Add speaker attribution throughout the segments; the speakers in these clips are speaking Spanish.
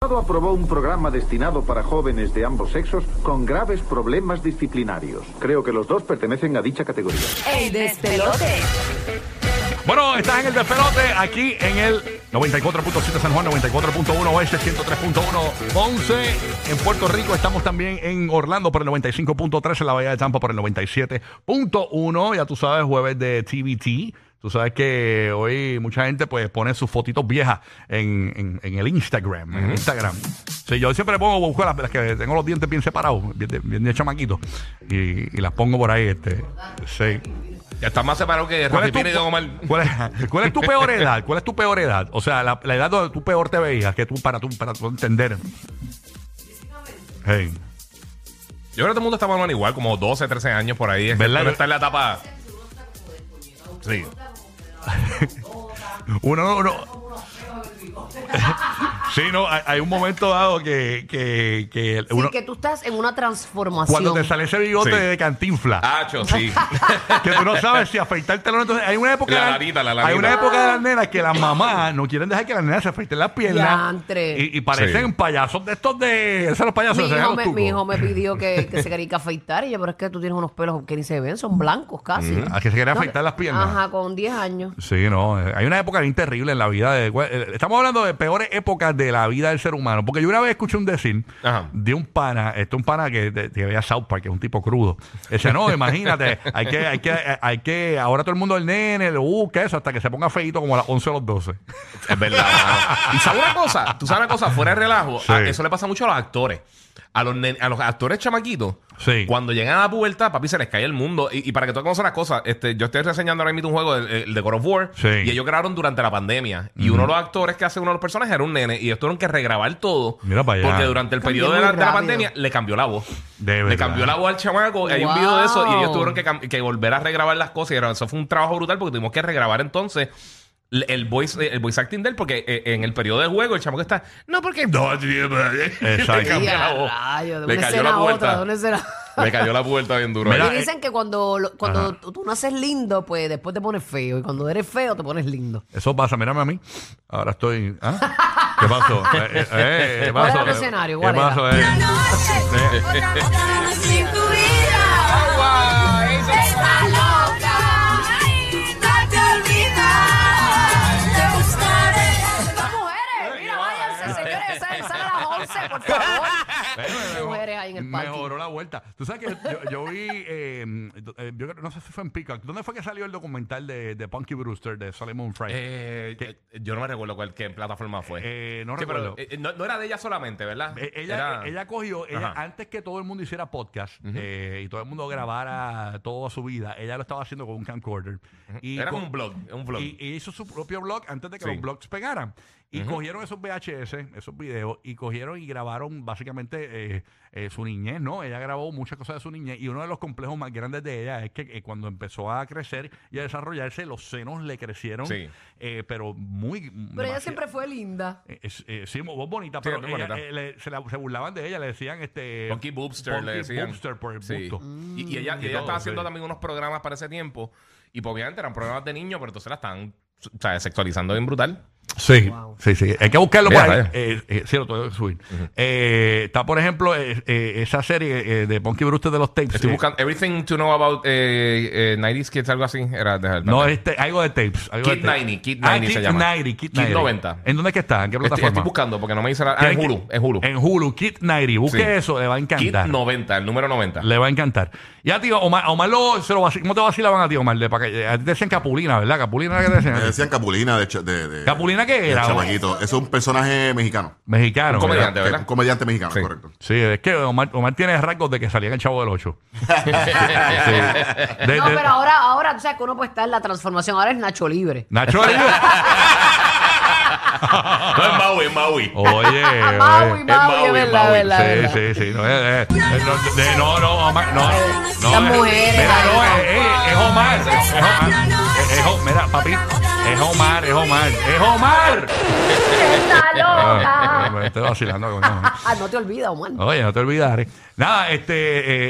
Speaker 1: Senado aprobó un programa destinado para jóvenes de ambos sexos con graves problemas disciplinarios. Creo que los dos pertenecen a dicha categoría.
Speaker 2: Bueno, estás en el despelote aquí en el 94.7 San Juan, 94.1 Oeste, 103.1 Ponce. En Puerto Rico estamos también en Orlando por el 95.3, en la Bahía de Tampa por el 97.1. Ya tú sabes, jueves de TVT. Tú sabes que hoy mucha gente pues pone sus fotitos viejas en, en- en el Instagram. En Instagram. Sí, yo siempre pongo, busco las, las que tengo los dientes bien separados, bien, de- bien de chamaquito. Y, y las pongo por ahí. Este. Sí.
Speaker 3: Ya está más separado que
Speaker 2: ¿Cuál
Speaker 3: Rafi
Speaker 2: es, tu,
Speaker 3: Pina y Don Omar.
Speaker 2: cuál es- cuál es tu peor edad? ¿Cuál es tu peor edad? O sea, la, la edad donde tú peor te veías, que tú para tú para tú entender. Hey,
Speaker 3: Yo creo que todo el mundo está más o menos igual, como 12, 13 años por ahí.
Speaker 2: ¿Verdad?
Speaker 3: ¿Verdad? Pero está en la etapa. Sí.
Speaker 2: uno no, no- Sí, no, hay, hay un momento dado que, que, que
Speaker 4: Sí,
Speaker 2: uno-
Speaker 4: que tú estás en una transformación.
Speaker 2: cuando te sale ese bigote
Speaker 3: Sí. Ah,
Speaker 2: de cantinfla,
Speaker 3: Hacho, sí.
Speaker 2: que tú no sabes si afeitártelo o no. Entonces, hay una época
Speaker 3: La
Speaker 2: de las-
Speaker 3: larita, la
Speaker 2: hay
Speaker 3: larita.
Speaker 2: una época de las nenas que las mamás no quieren dejar que las nenas se afeiten las piernas
Speaker 4: Diantre.
Speaker 2: y, y parecen
Speaker 3: Sí.
Speaker 2: payasos de estos de esos son los payasos
Speaker 4: mi,
Speaker 2: se dejan
Speaker 4: hijo
Speaker 2: los
Speaker 4: me,
Speaker 2: tucos.
Speaker 4: mi hijo me pidió que, que se quería que afeitar y yo, pero es que tú tienes unos pelos que ni se ven, son blancos casi.
Speaker 2: Mm, ¿a que se quería
Speaker 4: No,
Speaker 2: afeitar las piernas?
Speaker 4: Ajá, con 10 años.
Speaker 2: Sí, no, eh, hay una época bien terrible en la vida. De, eh, estamos hablando de peores épocas de la vida del ser humano. Porque yo una vez escuché un decir
Speaker 3: Ajá.
Speaker 2: de un pana, este un pana que, de- que veía South Park, que es un tipo crudo. Dice, no, imagínate, hay que, hay que, hay que, ahora todo el mundo el nene lo busca eso hasta que se ponga feito como a las 11 o las 12.
Speaker 3: Es verdad. mano. Y sabes una cosa, tú sabes una cosa, fuera de relajo,
Speaker 2: Sí.
Speaker 3: a- eso le pasa mucho a los actores. A los, nen- a los actores chamaquitos,
Speaker 2: Sí.
Speaker 3: cuando llegan a la pubertad, papi, se les cae el mundo. Y, y para que tú conozcas las cosas, este, yo estoy reseñando ahora mismo un juego, el, el de God of War,
Speaker 2: Sí.
Speaker 3: y ellos grabaron durante la pandemia. Y uno de los actores que hace uno de los personajes era un nene, y ellos tuvieron que regrabar todo.
Speaker 2: Mira para allá.
Speaker 3: Porque durante el
Speaker 4: Cambió
Speaker 3: periodo de
Speaker 4: muy
Speaker 3: la, de la
Speaker 4: rápido.
Speaker 3: pandemia le cambió la voz.
Speaker 2: De
Speaker 3: le
Speaker 2: verdad.
Speaker 3: cambió la voz al chamaco. Hay un
Speaker 4: Wow.
Speaker 3: video de eso, y ellos tuvieron que, cam- que volver a regrabar las cosas. Y era- eso fue un trabajo brutal porque tuvimos que regrabar entonces l- el voice, el voice acting de él, porque eh, en el periodo de juego el chamaco está. No, porque.
Speaker 2: Exacto.
Speaker 3: Le cambió la voz.
Speaker 4: rayo, de
Speaker 3: Le
Speaker 4: una
Speaker 3: cayó
Speaker 4: escena
Speaker 3: la
Speaker 4: a otra, de
Speaker 3: puerta.
Speaker 4: una escena.
Speaker 3: Le cayó la puerta bien duro.
Speaker 2: Mira,
Speaker 4: Y
Speaker 2: eh,
Speaker 4: dicen que cuando, lo- cuando tú, tú naces lindo, pues después te pones feo. Y cuando eres feo, te pones lindo.
Speaker 2: Eso pasa, mírame a mí. Ahora estoy. ¿ah? ¿Qué pasó? Eh, eh, eh, ¿Qué
Speaker 4: ¿Cuál
Speaker 2: pasó?
Speaker 4: era tu escenario?
Speaker 2: ¿Qué
Speaker 4: ¿Cuál era?
Speaker 2: pasó? eh? Eh,
Speaker 4: ¡Mujeres! ¡Mira, váyanse, señores! ¡Salen a las 11, por favor! mujeres ahí en el parque.
Speaker 2: Mejoró la vuelta. Tú sabes que yo, yo vi, eh, eh, yo creo- no sé si fue en Peacock. ¿Dónde fue que salió el documental de, de Punky Brewster de Solomon Fry?
Speaker 3: Eh, eh, yo no me recuerdo cuál qué plataforma fue.
Speaker 2: Eh, no
Speaker 3: Sí, pero,
Speaker 2: recuerdo.
Speaker 3: eh, no, no era de ella solamente, ¿verdad?
Speaker 2: Eh, ella,
Speaker 3: Era-
Speaker 2: ella cogió, ella,
Speaker 3: Ajá.
Speaker 2: antes que todo el mundo hiciera podcast eh, y todo el mundo grabara toda su vida, ella lo estaba haciendo con un camcorder. Y
Speaker 3: Era
Speaker 2: con-
Speaker 3: como un blog. Un blog.
Speaker 2: Y, y hizo su propio blog antes de que
Speaker 3: Sí.
Speaker 2: los blogs pegaran. Y cogieron esos VHS, esos videos, y cogieron y grabaron básicamente eh, eh, su niñez, ¿no? Ella grabó muchas cosas de su niñez. Y uno de los complejos más grandes de ella es que eh, cuando empezó a crecer y a desarrollarse, los senos le crecieron.
Speaker 3: Sí.
Speaker 2: eh, pero muy.
Speaker 4: Pero ella
Speaker 2: demasiado-
Speaker 4: siempre fue linda.
Speaker 2: eh, es- eh, sí, mo- voz bonita,
Speaker 3: Sí,
Speaker 2: pero
Speaker 3: es muy
Speaker 2: ella-
Speaker 3: bonita.
Speaker 2: eh, le- se, la- se burlaban de ella, le decían este.
Speaker 3: Punky Boobster le
Speaker 2: Punky
Speaker 3: decían.
Speaker 2: Boobster por el
Speaker 3: Sí.
Speaker 4: Mm.
Speaker 2: busto.
Speaker 3: Y, y ella, y
Speaker 2: Y
Speaker 3: ella
Speaker 2: todo,
Speaker 3: estaba haciendo
Speaker 2: sí.
Speaker 3: también unos programas para ese tiempo. Y pues, obviamente eran programas de niños, pero entonces la están o sea, sexualizando bien brutal.
Speaker 2: Sí, sí, sí. Hay que buscarlo
Speaker 3: Mira,
Speaker 2: por ahí.
Speaker 3: vaya.
Speaker 2: Eh, eh, sí, lo tengo que subir. Eh, está, por ejemplo, eh, eh, esa serie eh, de Punky Brewster de los tapes.
Speaker 3: Estoy
Speaker 2: Eh,
Speaker 3: buscando Everything to Know About eh, eh, 90s Kids, algo así. Era, deja-
Speaker 2: No, este, algo de tapes. algo
Speaker 3: Kid
Speaker 2: de tapes.
Speaker 3: 90, Kid
Speaker 2: Ah,
Speaker 3: 90 se
Speaker 2: Kid
Speaker 3: llama.
Speaker 2: 90, Kid
Speaker 3: Kid
Speaker 2: 90.
Speaker 3: 90.
Speaker 2: ¿En dónde es que está? ¿En qué
Speaker 3: Estoy,
Speaker 2: plataforma?
Speaker 3: estoy buscando porque no me dice la. Ah, en
Speaker 2: Tienen que-
Speaker 3: Hulu. Es Hulu.
Speaker 2: En Hulu, Kid 90. Busque
Speaker 3: Sí.
Speaker 2: eso, le va a
Speaker 3: Kid
Speaker 2: encantar.
Speaker 3: 90, el número 90.
Speaker 2: Le va a encantar. Y a ti, Omar, a Omar lo, se lo vaci- ¿cómo te vacilaban a ti, Omar? De, pa' que- a ti te decían Capulina, ¿verdad? Capulina era que te
Speaker 5: Me
Speaker 2: decían.
Speaker 5: decían Capulina de, cha- de, de-
Speaker 2: ¿Capulina qué
Speaker 5: de
Speaker 2: era?
Speaker 5: chamaquito. Eso es un personaje mexicano.
Speaker 2: Mexicano.
Speaker 3: Un comediante.
Speaker 2: ¿verdad?
Speaker 5: Que-
Speaker 3: ¿verdad?
Speaker 5: un comediante mexicano,
Speaker 3: Sí.
Speaker 5: correcto.
Speaker 2: Sí, es que Omar, Omar tiene rasgos de que salía en el Chavo del Ocho. De-
Speaker 4: No,
Speaker 2: de-
Speaker 4: pero ahora, ahora, tú sabes que uno puede estar en la transformación. Ahora es Nacho Libre.
Speaker 2: Nacho Libre.
Speaker 3: No, es Maui, es Maui.
Speaker 2: Oye,
Speaker 4: Ah, Maui,
Speaker 2: oye.
Speaker 4: Maui, es verdad,
Speaker 3: Maui.
Speaker 4: verdad, verdad.
Speaker 2: Sí, sí, sí. No, eh, eh, no, de- no, no, Omar, no. no
Speaker 4: Las
Speaker 2: eh,
Speaker 4: mujeres,
Speaker 2: Mira, no,
Speaker 4: ay,
Speaker 2: eh, eh, es Omar. Es Omar. Eh, es O- mira, papi. Es Omar, es Omar. ¡Es Omar!
Speaker 4: ¡Está
Speaker 2: Ah,
Speaker 4: loca!
Speaker 2: me estoy vacilando. coño.
Speaker 4: Ah, no te olvidas, Omar.
Speaker 2: Oye, no te olvidaré. Nada, este,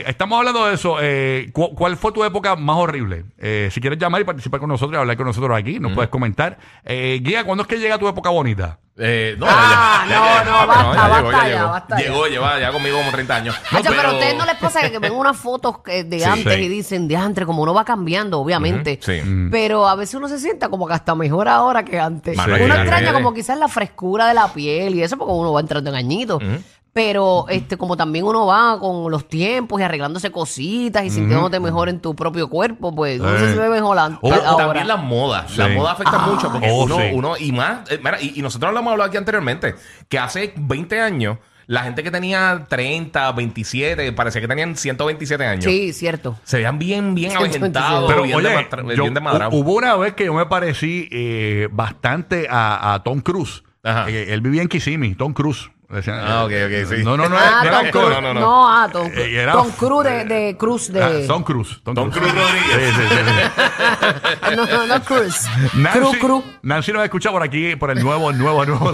Speaker 2: eh, estamos hablando de eso. eh, cu- ¿Cuál fue tu época más horrible? Eh, si quieres llamar y participar con nosotros y hablar con nosotros aquí, nos puedes comentar. Eh, Guía, ¿cuándo es que llega tu época bonita?
Speaker 3: Eh, no,
Speaker 4: Ah,
Speaker 3: ya-
Speaker 4: no,
Speaker 3: ya- ya-
Speaker 4: no,
Speaker 3: ya-
Speaker 4: basta,
Speaker 3: ya llegó,
Speaker 4: basta ya,
Speaker 3: llegó.
Speaker 4: basta ya.
Speaker 3: Llegó, lleva ya conmigo como 30 años.
Speaker 4: Hacho, pero, a ustedes no les pasa que ven unas fotos que de antes
Speaker 2: Sí.
Speaker 4: y dicen, de antes, como uno va cambiando, obviamente.
Speaker 3: Sí.
Speaker 4: Pero a veces uno se sienta como que hasta mejor ahora que antes.
Speaker 3: Mano,
Speaker 2: hay
Speaker 4: uno
Speaker 2: que
Speaker 4: extraña
Speaker 3: darle.
Speaker 4: como quizás la frescura de la piel y eso porque uno va entrando en añitos. Pero este como también uno va con los tiempos y arreglándose cositas y sintiéndote mejor en tu propio cuerpo, pues uno se ve mejor an-
Speaker 3: Ta-
Speaker 4: ahora. Ah,
Speaker 3: También las modas. Las
Speaker 2: Sí.
Speaker 3: modas afectan mucho porque
Speaker 2: Oh,
Speaker 3: uno,
Speaker 2: sí.
Speaker 3: uno- y más, eh, mira, y, y nosotros lo hemos hablado aquí anteriormente, que hace 20 años la gente que tenía 30, 27, parecía que tenían 127 años.
Speaker 4: Sí, cierto.
Speaker 3: Se veían bien, bien
Speaker 4: 127.
Speaker 3: aventados,
Speaker 2: Pero
Speaker 3: bien,
Speaker 2: oye,
Speaker 3: demastra-
Speaker 2: yo-
Speaker 3: bien desmadrados.
Speaker 2: hu- hubo una vez que yo me parecí eh, bastante a, a Tom Cruise.
Speaker 3: Ajá.
Speaker 2: Eh, él vivía en Kissimmee, Tom Cruise. Decían,
Speaker 3: Ah,
Speaker 2: eh,
Speaker 3: ok, ok, sí.
Speaker 2: No, no, no. era
Speaker 4: ah, Tom
Speaker 2: Tom
Speaker 4: Cruise.
Speaker 2: Cruise.
Speaker 3: No, no, no.
Speaker 4: ah, Tom,
Speaker 2: Eh, era-
Speaker 4: Tom Cruise de, de Cruz de...
Speaker 2: Ah, Tom Cruise. Tom,
Speaker 3: Tom Cruise
Speaker 2: Sí,
Speaker 3: Rodríguez.
Speaker 2: sí, sí, sí.
Speaker 4: no, no, no, Cruz.
Speaker 2: Nancy,
Speaker 4: Cruz, Cruz.
Speaker 2: Nancy nos escucha por aquí, por el nuevo, nuevo, nuevo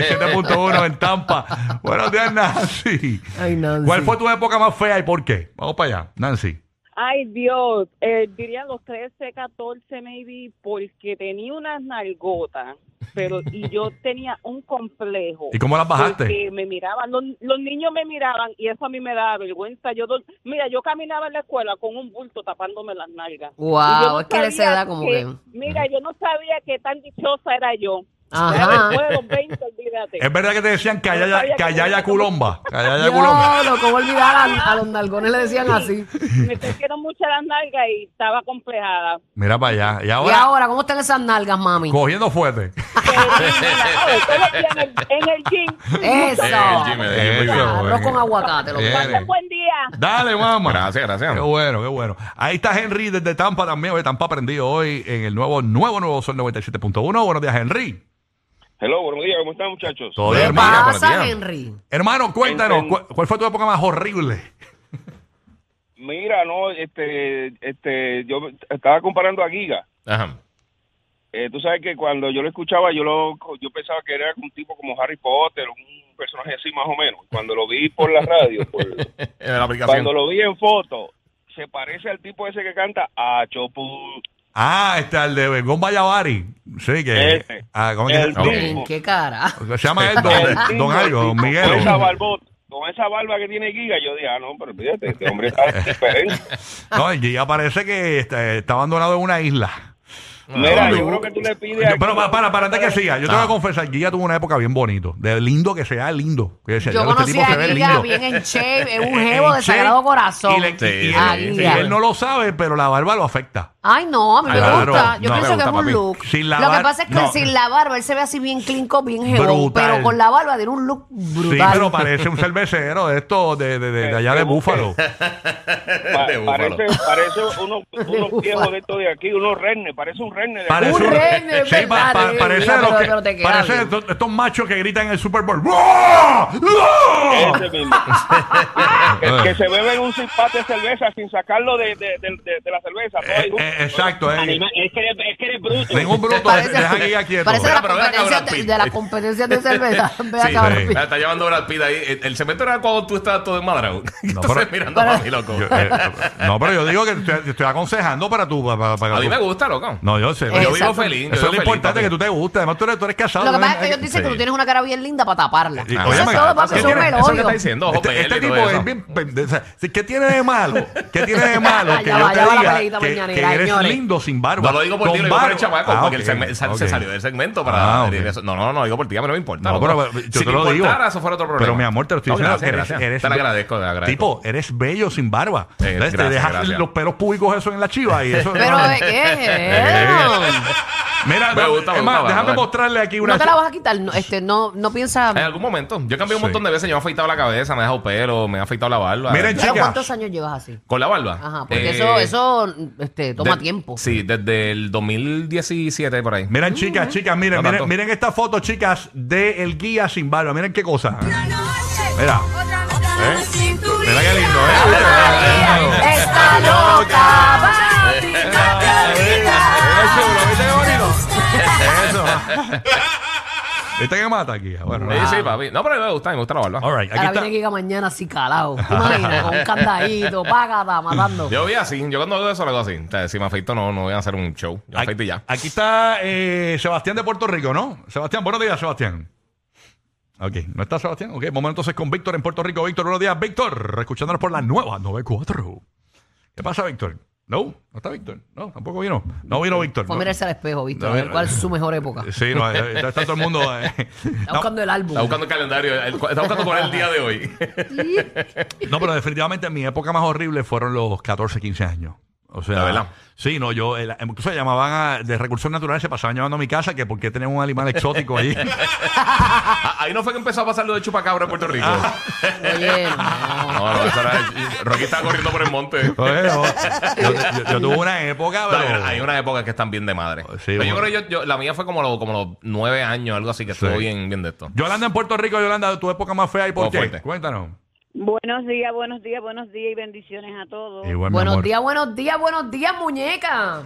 Speaker 2: C97.1 en Tampa. Buenos días, Nancy.
Speaker 4: Ay, Nancy.
Speaker 2: ¿Cuál fue tu época más fea y por qué? Vamos para allá, Nancy.
Speaker 6: Ay, Dios, eh, diría los 13, 14 maybe, porque tenía unas nalgotas, pero y yo tenía un complejo.
Speaker 2: ¿Y cómo las bajaste?
Speaker 6: Porque me miraban, los, los niños me miraban y eso a mí me daba vergüenza. Yo dol- Mira, yo caminaba en la escuela con un bulto tapándome las nalgas. Y yo
Speaker 4: Wow,
Speaker 6: no
Speaker 4: es que a esa
Speaker 6: sabía
Speaker 4: edad como que-
Speaker 6: Mira, yo no sabía que tan dichosa era yo. Ya
Speaker 4: Ajá.
Speaker 6: Después de los 20, olvídate.
Speaker 2: Es verdad que te decían
Speaker 6: Yo sabía
Speaker 2: callaya,
Speaker 6: que-
Speaker 2: callaya culomba. Callaya culomba.
Speaker 4: Diablo, ¿cómo olvidar a, a los nalgones le decían así?
Speaker 6: Me crecieron mucho las nalgas y estaba complejada.
Speaker 2: Mira para allá. Y
Speaker 4: Y
Speaker 2: ahora,
Speaker 4: ahora, ¿cómo están esas nalgas, mami?
Speaker 2: cogiendo fuerte.
Speaker 6: Pero, mira, oye, todos los días en el, en el gym.
Speaker 4: Eso.
Speaker 3: Eh, Jimmy, Jimmy,
Speaker 2: Eso.
Speaker 4: Arroz con
Speaker 2: bueno.
Speaker 4: aguacate, lo que
Speaker 2: Bien.
Speaker 6: Pasen buen día.
Speaker 2: Dale, mamá.
Speaker 3: Gracias, gracias.
Speaker 2: Qué bueno, qué bueno. Ahí está Henry desde Tampa también. Oye, Tampa aprendido hoy en el nuevo, nuevo, nuevo Sol 97.1. Buenos días, Henry.
Speaker 7: Hello, buenos días, ¿cómo están muchachos?
Speaker 2: Todo
Speaker 3: Bien,
Speaker 2: bien,
Speaker 4: ¿Qué
Speaker 3: Hermano, buenos
Speaker 4: pasa,
Speaker 3: días.
Speaker 4: Henry?
Speaker 2: Hermano, cuéntanos,
Speaker 7: Enten-
Speaker 2: ¿cuál, cuál fue tu época más horrible?
Speaker 7: Mira, no, este, este, yo estaba comparando a Giga.
Speaker 3: Ajá.
Speaker 7: Eh, tú sabes que cuando yo lo escuchaba, yo lo, yo pensaba que era un tipo como Harry Potter, un personaje así más o menos. Cuando lo vi por la radio, por-
Speaker 3: En la aplicación.
Speaker 7: cuando lo vi en foto, se parece al tipo ese que canta a Chopu.
Speaker 2: Ah, está el de Belgón Vallavari. Sí, que.
Speaker 7: Ese.
Speaker 2: Ah, ¿cómo es que
Speaker 7: El
Speaker 2: se-
Speaker 3: Ok.
Speaker 4: ¿En qué cara?
Speaker 2: se llama? él
Speaker 7: El
Speaker 2: don,
Speaker 7: tipo,
Speaker 2: don Algo,
Speaker 7: el
Speaker 2: Don
Speaker 7: tipo, Con
Speaker 2: Miguel.
Speaker 7: esa, barbota, con esa barba que tiene Giga, yo dije, ah, no, pero fíjate, este hombre está diferente.
Speaker 2: No, y ya parece que está, está abandonado en una isla.
Speaker 7: Mira, yo creo que tú le pides a
Speaker 2: Yo- pero para, para, para, antes que siga, yo te voy
Speaker 3: Ah.
Speaker 2: a confesar, Guilla tuvo una época bien bonito, de lindo que sea, lindo. Que este decía,
Speaker 4: Yo
Speaker 2: "Diablo,
Speaker 4: conocí a Guilla bien en shape, es un jevo de
Speaker 2: En shape,
Speaker 4: sagrado
Speaker 2: Y,
Speaker 4: corazón.
Speaker 2: le-
Speaker 3: Sí,
Speaker 2: y- y-
Speaker 4: Ah,
Speaker 2: y
Speaker 4: Guilla.
Speaker 2: él no lo sabe, pero la barba lo afecta.
Speaker 4: Ay, no, a mí me
Speaker 2: Claro,
Speaker 4: gusta. Yo
Speaker 2: no,
Speaker 4: pienso
Speaker 3: me gusta,
Speaker 4: que es un
Speaker 3: papi.
Speaker 4: look.
Speaker 2: Sin la
Speaker 4: lo que
Speaker 2: bar-
Speaker 4: pasa es que
Speaker 2: no.
Speaker 4: sin la barba, él se ve así bien clinco, bien jevo,
Speaker 2: Brutal.
Speaker 4: pero con la barba tiene un look brutal.
Speaker 2: Sí, pero parece un cervecero de estos, de, de, de- de allá de
Speaker 7: eh,
Speaker 2: Búfalo.
Speaker 7: Pa-
Speaker 3: De Búfalo.
Speaker 7: parece parece unos,
Speaker 4: Búfalo.
Speaker 7: unos viejos de estos de aquí, unos renes, parece un renne. De
Speaker 2: Parece
Speaker 4: Un
Speaker 2: un-
Speaker 4: reno, es
Speaker 2: Sí,
Speaker 4: verdad,
Speaker 2: pa- pa-
Speaker 4: eh,
Speaker 2: parece
Speaker 4: mira,
Speaker 2: de los
Speaker 4: pero-
Speaker 2: que-
Speaker 4: pero te queda
Speaker 2: parece de
Speaker 4: bien.
Speaker 2: estos, estos machos que gritan en el Super Bowl. ¡Buah! ¡Buah!
Speaker 7: Ese este mismo. que, que se beben un simpate de cerveza sin sacarlo de, de, de, de- de la cerveza. todo
Speaker 2: Eh,
Speaker 7: ahí junto.
Speaker 2: eh, exacto, eh.
Speaker 7: Animal- es, que eres, es que eres bruto.
Speaker 2: Ningún bruto,
Speaker 4: Parece,
Speaker 2: deja que Guilla quieto.
Speaker 4: parece de la
Speaker 3: Pero ven acá,
Speaker 4: competencia
Speaker 3: Brad
Speaker 4: de,
Speaker 3: Pitt.
Speaker 4: de la competencia de cerveza. Ve
Speaker 3: Sí,
Speaker 4: acá, Brad
Speaker 2: sí.
Speaker 4: Pitt.
Speaker 3: la está llevando Brad Pitt ahí. El, el cemento era cuando tú estabas todo desmadrado. Entonces
Speaker 2: pero-
Speaker 3: mirando a mí, loco.
Speaker 2: eh, Yo, eh, no, pero yo digo que te, te estoy aconsejando para tú. Para, para-
Speaker 3: a mí
Speaker 2: tú-
Speaker 3: me gusta, loco.
Speaker 2: No, yo, yo sé.
Speaker 3: Yo vivo
Speaker 4: Exacto.
Speaker 3: feliz. yo
Speaker 2: Eso es
Speaker 3: vivo
Speaker 2: lo
Speaker 3: feliz,
Speaker 2: importante,
Speaker 3: papi.
Speaker 2: que tú te gusta. Además, tú eres, tú eres casado.
Speaker 4: Lo que
Speaker 2: ¿no?
Speaker 4: pasa es que ellos dicen que
Speaker 2: Ah, Sí.
Speaker 4: tú tienes una cara bien linda para taparla. Ah,
Speaker 2: Y-
Speaker 4: Eso
Speaker 2: oye,
Speaker 4: es
Speaker 2: ma-
Speaker 4: todo,
Speaker 2: ¿qué
Speaker 4: papi. Eso es un
Speaker 2: tiene-
Speaker 3: eso es lo que
Speaker 4: velorio.
Speaker 3: está diciendo, ojo,
Speaker 2: Este,
Speaker 3: PL
Speaker 2: este
Speaker 3: y todo
Speaker 2: tipo
Speaker 3: eso.
Speaker 2: es bien. pe- o sea, sí, ¿Qué tiene de malo? ¿Qué tiene de malo? Que
Speaker 4: Ya
Speaker 2: yo
Speaker 4: va, ya va
Speaker 2: te
Speaker 4: la
Speaker 2: diga
Speaker 4: peleita
Speaker 2: que, que
Speaker 4: mañanera,
Speaker 2: eres
Speaker 4: señores.
Speaker 2: lindo sin barba.
Speaker 3: No lo digo por ti,
Speaker 2: Con
Speaker 3: lo digo por el
Speaker 2: barba.
Speaker 3: chamaco,
Speaker 2: Ah,
Speaker 3: porque el
Speaker 2: ok,
Speaker 3: segmento- sal- se
Speaker 2: ok.
Speaker 3: salió del segmento para
Speaker 2: Ah, ok.
Speaker 3: decir eso. No, no, no, digo por ti, a mí no me importa.
Speaker 2: No,
Speaker 3: loco.
Speaker 2: pero yo
Speaker 3: si
Speaker 2: te
Speaker 3: te
Speaker 2: lo digo.
Speaker 3: importara, eso fuera otro problema.
Speaker 2: Pero mi amor, te lo estoy
Speaker 3: No,
Speaker 2: diciendo.
Speaker 3: gracias,
Speaker 2: eres-
Speaker 3: gracias.
Speaker 2: eres-
Speaker 3: te lo agradezco, te lo agradezco.
Speaker 2: Tipo, eres bello sin barba.
Speaker 3: Eh,
Speaker 2: Entonces, te
Speaker 3: gracias,
Speaker 2: dejas
Speaker 3: gracias.
Speaker 2: los pelos públicos eso en la chiva y eso.
Speaker 4: Pero,
Speaker 2: no,
Speaker 4: ¿de
Speaker 2: Eh,
Speaker 4: qué?
Speaker 2: Mira,
Speaker 3: Me gusta, me
Speaker 2: es más,
Speaker 3: gusta,
Speaker 2: déjame
Speaker 3: vale.
Speaker 2: mostrarle aquí una.
Speaker 4: No te la vas a quitar, no, este, no, no piensa.
Speaker 3: En algún momento. Yo he cambiado un
Speaker 2: Sí.
Speaker 3: montón de veces. Yo me he afeitado la cabeza, me he dejado pelo, me he afeitado la barba.
Speaker 2: Miren,
Speaker 4: ¿Pero
Speaker 2: chica.
Speaker 4: cuántos años llevas así?
Speaker 3: Con la barba.
Speaker 4: Ajá, porque
Speaker 3: Eh,
Speaker 4: eso, eso, este, toma
Speaker 3: de-
Speaker 4: tiempo.
Speaker 3: Sí, desde el 2017 por ahí.
Speaker 2: Miren, chicas,
Speaker 4: Mm.
Speaker 2: chicas, miren,
Speaker 3: No
Speaker 2: miren,
Speaker 3: tanto.
Speaker 2: miren esta foto, chicas, de el guía sin barba. Miren qué cosa. Mira. ¿Eh? Mira qué lindo, ¿eh?
Speaker 4: Está loca.
Speaker 2: Eso. ¿Viste que mata aquí? Bueno,
Speaker 3: Sí, sí, papi. No, pero a mí me gusta, a mí me gusta la barba.
Speaker 2: all right, aquí
Speaker 4: Ahora
Speaker 2: está.
Speaker 4: viene Giga mañana así calado. Imagina, con un candadito, págata, matando.
Speaker 3: Yo voy así, yo cuando veo eso lo hago así. O sea, si me afeito, no, no voy a hacer un show. Yo me afeito y
Speaker 2: Aquí,
Speaker 3: ya.
Speaker 2: aquí está eh, Sebastián de Puerto Rico, ¿no? Sebastián, buenos días, Sebastián. Ok, ¿no está Sebastián? Ok, vamos entonces con Víctor en Puerto Rico. Víctor, buenos días, Víctor. Escuchándonos por la nueva 94. ¿Qué pasa, Víctor? No, no está Víctor. No, tampoco vino. No vino Víctor.
Speaker 4: Fue a
Speaker 2: no.
Speaker 4: mirarse al espejo, ¿viste?
Speaker 2: No,
Speaker 4: A ver
Speaker 2: no.
Speaker 4: cuál es su mejor época.
Speaker 2: Sí, no, eh, está, está todo el mundo. eh.
Speaker 4: Está
Speaker 2: No,
Speaker 4: buscando el álbum.
Speaker 3: Está buscando el calendario, el- está buscando cuál es el día de hoy.
Speaker 2: no, pero definitivamente mi época más horrible fueron los 14, 15 años. O sea,
Speaker 3: La verdad.
Speaker 2: Sí, no, yo, eh, la- incluso llamaban a- de recursos naturales, se pasaban llamando a mi casa que porque tenemos un animal exótico allí.
Speaker 3: Ah, Ahí no fue que empezó a pasar lo de chupacabra en Puerto Rico.
Speaker 2: Ah.
Speaker 4: Oye, no.
Speaker 3: No, no, eso era. Rocky estaba corriendo por el monte.
Speaker 2: Bueno, yo, yo- yo tuve una época,
Speaker 3: No,
Speaker 2: pero-
Speaker 3: hay una- hay unas épocas que están bien de madre.
Speaker 2: Sí,
Speaker 3: Pero
Speaker 2: bueno.
Speaker 3: Yo creo que yo, yo- la mía fue como, lo- como los nueve años, algo así, que estuvo
Speaker 2: Sí.
Speaker 3: bien, bien de esto.
Speaker 2: Yolanda en Puerto Rico, Yolanda, tu época más fea y por
Speaker 3: Todo
Speaker 2: qué.
Speaker 3: Oh, fuerte.
Speaker 2: Cuéntanos.
Speaker 6: Buenos días, buenos días, buenos días y bendiciones a todos.
Speaker 2: Igual, Pues, mi
Speaker 4: Buenos
Speaker 2: amor.
Speaker 4: días, buenos días, buenos días, muñeca.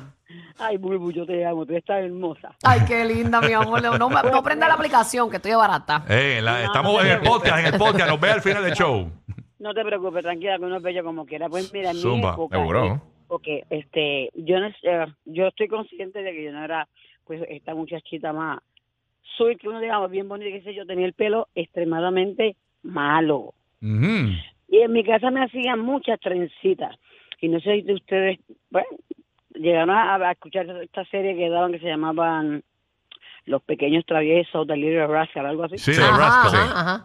Speaker 6: Ay, Bulbu, yo te amo, tú estás hermosa.
Speaker 4: Ay, qué linda, mi amor. No, no, me- no prenda la aplicación, que estoy barata.
Speaker 2: Eh, la-
Speaker 6: No,
Speaker 2: estamos
Speaker 6: no te
Speaker 2: en el
Speaker 6: preocupes.
Speaker 2: podcast, en el podcast. Nos ve al final del show.
Speaker 6: No te preocupes, tranquila, que uno es bello como quiera. Pues mira, en mi
Speaker 2: Zumba,
Speaker 6: época,
Speaker 3: seguro.
Speaker 6: eh, porque este, yo no, es- eh, yo estoy consciente de que yo no era, pues, esta muchachita más soy que uno digamos bien bonita, qué sé yo, tenía el pelo extremadamente malo.
Speaker 2: Ujú.
Speaker 6: Y en mi casa me hacían muchas trencitas. Y no sé si de ustedes, bueno, llegaron a, a escuchar esta serie que daban que se llamaban Los Pequeños Traviesos, The Little Rascal, algo así.
Speaker 2: Sí, de
Speaker 4: Ajá,
Speaker 2: Rascal.
Speaker 4: ajá,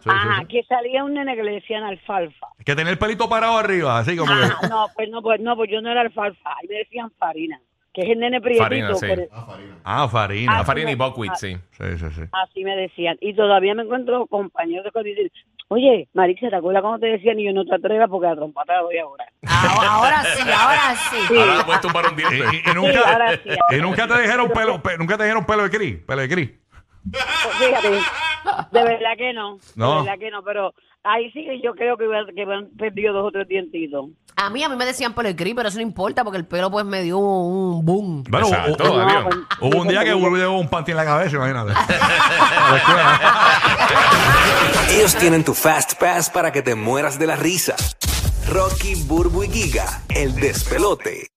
Speaker 2: Sí. Sí,
Speaker 4: ajá.
Speaker 2: sí,
Speaker 6: Ajá,
Speaker 2: sí.
Speaker 6: que salía un nene que le decían alfalfa.
Speaker 2: Que tenía el pelito parado arriba, así como que.
Speaker 6: Ajá, no, pues no, pues no, pues yo no era alfalfa, ahí me decían farina, que es el nene prietito.
Speaker 3: Farina, sí.
Speaker 6: por el-
Speaker 2: Ah, farina.
Speaker 3: La farina y buckwheat, sí.
Speaker 2: Sí, sí, sí.
Speaker 6: Así me decían. Y todavía me encuentro compañeros que dicen, oye, Marixa, ¿te acuerdas cuando te decían? Y yo no te atrevas porque la trompata la doy ahora.
Speaker 4: Ahora, ahora sí, ahora sí.
Speaker 3: Ahora le puedes tumbar un
Speaker 2: Y,
Speaker 3: diente.
Speaker 2: y- y
Speaker 6: Sí, ahora
Speaker 2: nunca,
Speaker 6: sí, ahora
Speaker 2: y nunca te dijeron pelo, pe- nunca te dijeron pelo de cri, pelo de cri.
Speaker 6: Pues Fíjate, de verdad que no,
Speaker 2: No.
Speaker 6: de verdad que no, pero ahí sí que yo creo que, hubiera- que han perdido dos o tres dientitos.
Speaker 4: A mí, a mí me decían pelo de cri, pero eso no importa porque el pelo pues me dio un boom.
Speaker 2: Bueno, hubo-
Speaker 3: Exacto,
Speaker 2: hubo,
Speaker 3: adiós.
Speaker 2: hubo un día que hubo un panty en la cabeza, imagínate. A la escuela.
Speaker 8: Ellos tienen tu Fast Pass para que te mueras de la risa. Rocky, Burbu y Giga, el despelote.